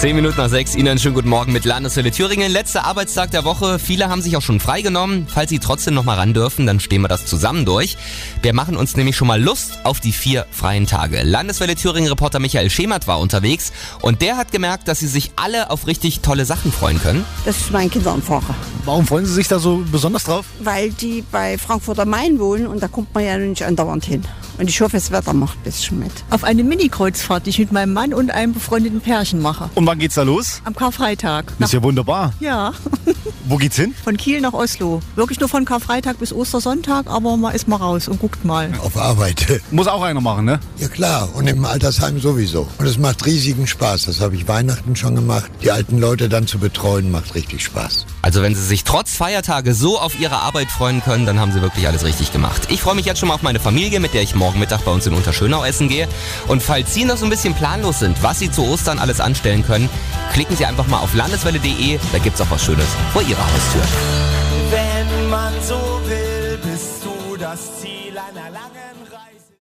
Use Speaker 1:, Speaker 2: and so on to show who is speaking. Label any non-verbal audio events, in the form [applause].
Speaker 1: Zehn Minuten nach sechs. Ihnen einen schönen guten Morgen mit Landeshölle Thüringen. Letzter Arbeitstag der Woche. Viele haben sich auch schon freigenommen. Falls Sie trotzdem noch mal ran dürfen, dann stehen wir das zusammen durch. Wir machen uns nämlich schon mal Lust auf die vier freien Tage. Landeswelle Thüringen-Reporter Michael Schemert war unterwegs und der hat gemerkt, dass sie sich alle auf richtig tolle Sachen freuen können.
Speaker 2: Das ist mein Kinderanfahrer,
Speaker 3: Warum freuen Sie sich da so besonders drauf?
Speaker 2: weil die bei Frankfurt am Main wohnen und da kommt man ja nicht andauernd hin. Und ich hoffe, das Wetter macht ein bisschen mit.
Speaker 4: auf eine Mini-Kreuzfahrt, die ich mit meinem Mann und einem befreundeten Pärchen mache.
Speaker 3: Und wann geht's da los?
Speaker 4: Am Karfreitag.
Speaker 3: Ist ja wunderbar.
Speaker 4: ja,
Speaker 3: Wo geht's hin?
Speaker 4: [laughs] von Kiel nach Oslo. Wirklich nur von Karfreitag bis Ostersonntag, aber man ist mal raus und guckt mal.
Speaker 5: auf Arbeit. [laughs]
Speaker 3: Muss auch einer machen, ne?
Speaker 5: Ja klar, und im Altersheim sowieso. Und es macht riesigen Spaß. Das habe ich Weihnachten schon gemacht. Die alten Leute dann zu betreuen, macht richtig Spaß.
Speaker 1: Also wenn Sie sich trotz Feiertage so auf Ihre Arbeit freuen können, dann haben Sie wirklich alles richtig gemacht. Ich freue mich jetzt schon mal auf meine Familie, mit der ich morgen Mittag bei uns in Unterschönau essen gehe. Und falls Sie noch so ein bisschen planlos sind, was Sie zu Ostern alles anstellen können, klicken Sie einfach mal auf landeswelle.de, da gibt's auch was Schönes vor Ihrer Haustür.
Speaker 6: Wenn man so will, bist du das Ziel einer langen Reihe.